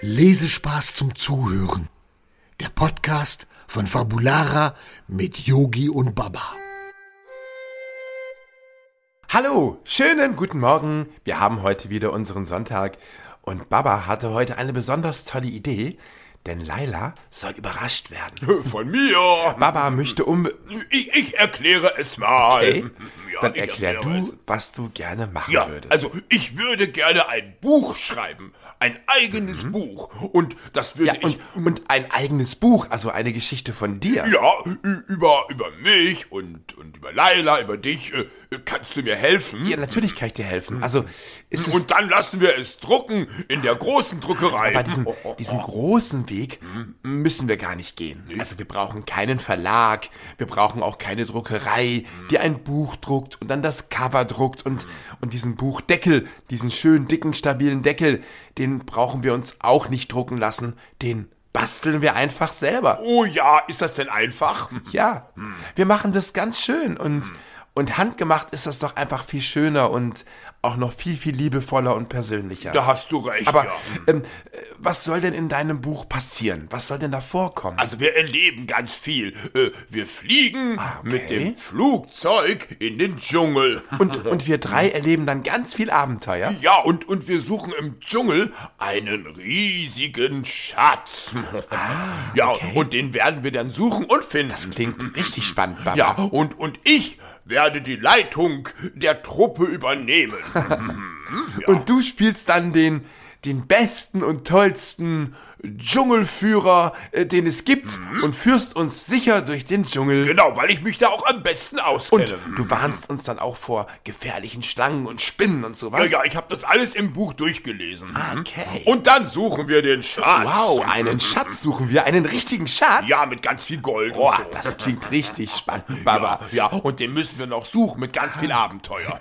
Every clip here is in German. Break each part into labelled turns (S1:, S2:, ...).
S1: Lesespaß zum Zuhören. Der Podcast von Fabulara mit Yogi und Baba.
S2: Hallo, schönen guten Morgen. Wir haben heute wieder unseren Sonntag und Baba hatte heute eine besonders tolle Idee, denn Laila soll überrascht werden.
S3: Von mir!
S2: Baba möchte um...
S3: Ich, ich erkläre es mal.
S2: Hey,
S3: Ja,
S2: dann
S3: ich
S2: erklär
S3: erkläre es.
S2: du, was du gerne machen
S3: Ja,
S2: würdest.
S3: also ich würde gerne ein Buch schreiben. Ein eigenes Buch. Und das würde
S2: Mhm. ja, und, und ein eigenes Buch, also eine Geschichte von dir.
S3: ich. Ja, ü- über, über mich und, und über Laila, über dich. Äh, kannst du mir helfen?
S2: Ja, natürlich kann ich dir helfen. Also, ist es
S3: und dann lassen wir es drucken in der großen Druckerei.
S2: Aber diesen, diesen großen Weg müssen wir gar nicht gehen. Also wir brauchen keinen Verlag, wir brauchen auch keine Druckerei, die ein Buch druckt und dann das Cover druckt und, und diesen Buchdeckel, diesen schönen, dicken, stabilen Deckel, den brauchen wir uns auch nicht drucken lassen. Den basteln wir einfach selber.
S3: Oh ja, ist das denn einfach?
S2: Ja, wir machen das ganz schön und, und handgemacht ist das doch einfach viel schöner und auch noch viel, viel liebevoller und persönlicher.
S3: Da hast du recht.
S2: Aber
S3: ja.
S2: ähm, äh, was soll denn in deinem Buch passieren? Was soll denn da vorkommen?
S3: Also wir erleben ganz viel. Äh, Wir fliegen
S2: Ah, okay.
S3: mit dem Flugzeug in den Dschungel.
S2: und, und wir drei erleben dann ganz viel Abenteuer.
S3: Ja, und, und wir suchen im Dschungel einen riesigen Schatz. ja, und den werden wir dann suchen und finden.
S2: Ah, Das klingt richtig spannend, Baba.
S3: ja, und, und ich werde die Leitung der Truppe übernehmen.
S2: Und du spielst dann den, den besten und tollsten Dschungelführer, äh, den es gibt, und führst uns sicher durch den Dschungel.
S3: Mhm. genau, weil ich mich da auch am besten
S2: Und
S3: auskenne.
S2: du warnst uns dann auch vor gefährlichen Schlangen und Spinnen und
S3: ja,
S2: sowas.
S3: ja, ich habe das alles im Buch durchgelesen.
S2: Ah,
S3: Mhm.
S2: Okay.
S3: Und dann suchen wir den Schatz.
S2: wow, einen Schatz suchen wir, einen richtigen Schatz.
S3: Ja, mit ganz viel Gold.
S2: Boah,
S3: und so.
S2: das klingt richtig spannend, Baba. Ah.
S3: Ja, und den müssen wir noch suchen mit ganz viel Abenteuer.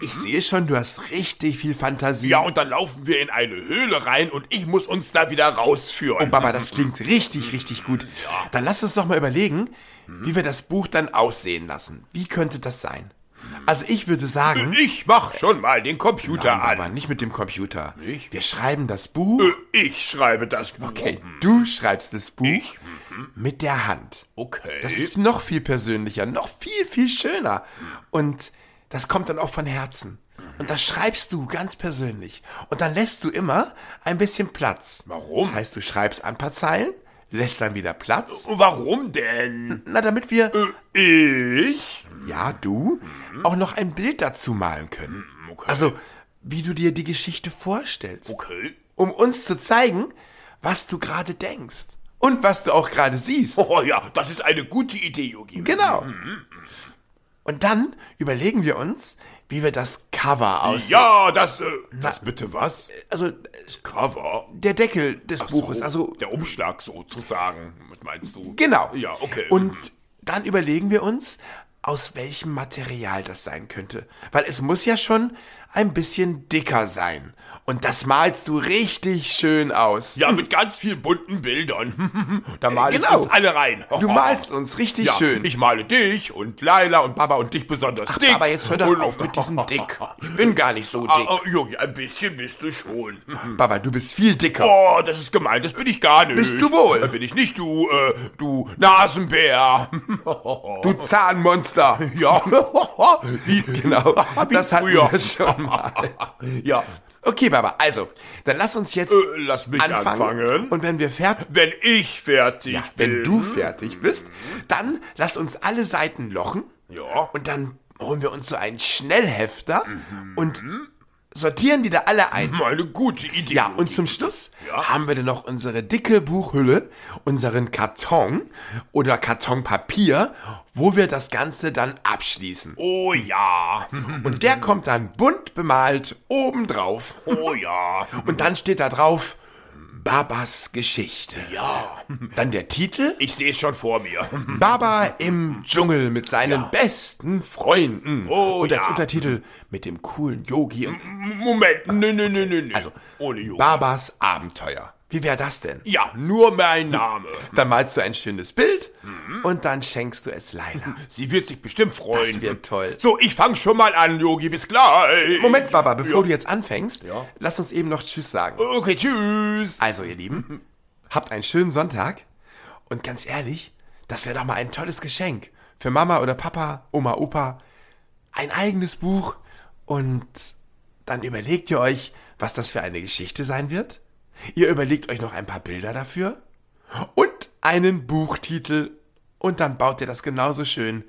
S2: Ich sehe schon, du hast richtig viel Fantasie.
S3: Mhm. Ja, und dann laufen wir in eine Höhle rein und ich muss uns da wieder rausführen.
S2: Baba, das klingt richtig, richtig gut. Dann lass uns doch mal überlegen,
S3: Mhm.
S2: wie wir das Buch dann aussehen lassen. Wie könnte das sein? Also ich würde sagen,
S3: ich mach schon mal den Computer
S2: aber
S3: an.
S2: nicht mit dem Computer. Wir schreiben das Buch.
S3: Ich schreibe das Buch.
S2: Okay, du schreibst das Buch mit der Hand.
S3: Mhm. Okay.
S2: Das ist noch viel persönlicher, noch viel, viel schöner.
S3: Mhm.
S2: Und das kommt dann auch von Herzen. Und das schreibst du ganz persönlich. Und dann lässt du immer ein bisschen Platz.
S3: Warum?
S2: Das heißt, du schreibst ein paar Zeilen, lässt dann wieder Platz.
S3: Oh, Warum denn? Äh,
S2: Na, damit wir,
S3: Ich?
S2: ja, du,
S3: Mhm.
S2: auch noch ein Bild dazu malen können. Also, wie du dir die Geschichte vorstellst.
S3: Okay.
S2: Um uns zu zeigen, was du gerade denkst. Und was du auch gerade siehst.
S3: Oh ja, das ist eine gute Idee, Yogi.
S2: Genau.
S3: Mhm.
S2: Und dann überlegen wir uns, wie wir das Cover aussehen.
S3: Ja, das, äh, das bitte was?
S2: Also äh,
S3: Cover?
S2: der Deckel des Buches,
S3: So,
S2: also
S3: Der Umschlag sozusagen, was meinst du?
S2: genau.
S3: Ja, okay. Mhm.
S2: Und dann überlegen wir uns, aus welchem Material das sein könnte, weil es muss ja schon ein bisschen dicker sein. Und das malst du richtig schön aus.
S3: Ja, mit ganz viel bunten Bildern. da male
S2: Genau.
S3: ich uns alle rein.
S2: Du malst uns richtig
S3: Oh. ja,
S2: schön.
S3: Ich male dich und Laila und Baba und dich besonders dick.
S2: Aber jetzt hör doch
S3: und,
S2: auf mit diesem Dick. Ich bin gar nicht so
S3: Ah,
S2: dick.
S3: ah, Junge, ein bisschen bist du schon.
S2: Baba, du bist viel dicker.
S3: Oh, das ist gemein, das bin ich gar nicht.
S2: Bist du wohl?
S3: Da bin ich nicht, du, äh, du Nasenbär.
S2: Du Zahnmonster.
S3: ja.
S2: Wie, genau.
S3: Wie
S2: das hatten
S3: früher.
S2: wir schon mal.
S3: ja.
S2: Okay, Baba, also, dann lass uns jetzt
S3: Äh, lass mich
S2: anfangen. Ähm.
S3: anfangen.
S2: Und wenn wir fertig,
S3: Wenn ich fertig
S2: wenn
S3: bin.
S2: du fertig bist, dann lass uns alle Seiten lochen.
S3: Ja.
S2: Und dann holen wir uns so einen Schnellhefter und sortieren die da alle ein.
S3: Meine gute Idee.
S2: Ja, und zum Schluss haben wir dann noch unsere dicke Buchhülle, unseren Karton oder Kartonpapier, wo wir das Ganze dann abschließen.
S3: Oh ja.
S2: Und der kommt dann bunt bemalt obendrauf.
S3: Oh ja.
S2: Und dann steht da drauf Babas Geschichte.
S3: Ja.
S2: Dann der Titel
S3: Ich sehe schon vor mir.
S2: Baba im Dschungel mit seinen besten Freunden.
S3: Oh,
S2: Und als
S3: ja.
S2: Untertitel mit dem coolen Yogi und
S3: Moment. Nö, nö, nö, nö, nö. Also, Ohne Junge.
S2: Babas Abenteuer. Wie wäre das denn?
S3: Ja, nur mein Name. Mhm.
S2: Dann malst du ein schönes Bild und dann schenkst du es Laila.
S3: Sie wird sich bestimmt freuen.
S2: Das wird toll.
S3: So, ich fang schon mal an, Yogi. Bis gleich.
S2: Moment, Baba, bevor du jetzt anfängst, lass uns eben noch Tschüss sagen.
S3: Okay, tschüss.
S2: Also, ihr Lieben, habt einen schönen Sonntag und ganz ehrlich, das wäre doch mal ein tolles Geschenk für Mama oder Papa, Oma, Opa. Ein eigenes Buch und dann überlegt ihr euch, was das für eine Geschichte sein wird. Ihr überlegt euch noch ein paar Bilder dafür und einen Buchtitel und dann baut ihr das genauso schön,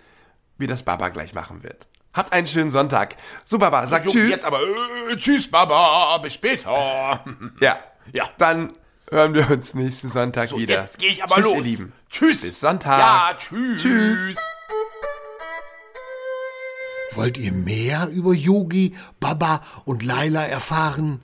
S2: wie das Baba gleich machen wird. Habt einen schönen Sonntag. So, Baba, sag
S3: Yogi,
S2: Tschüss.
S3: Jetzt aber, äh, tschüss, Baba. Bis später.
S2: Ja.
S3: Ja.
S2: Dann hören wir uns nächsten Sonntag wieder.
S3: Jetzt gehe ich aber
S2: Tschüss,
S3: los.
S2: ihr Lieben.
S3: Tschüss.
S2: Bis Sonntag.
S3: Ja, Ah, tschüss.
S2: Tschüss.
S1: Wollt ihr mehr über Yogi, Baba und Laila erfahren?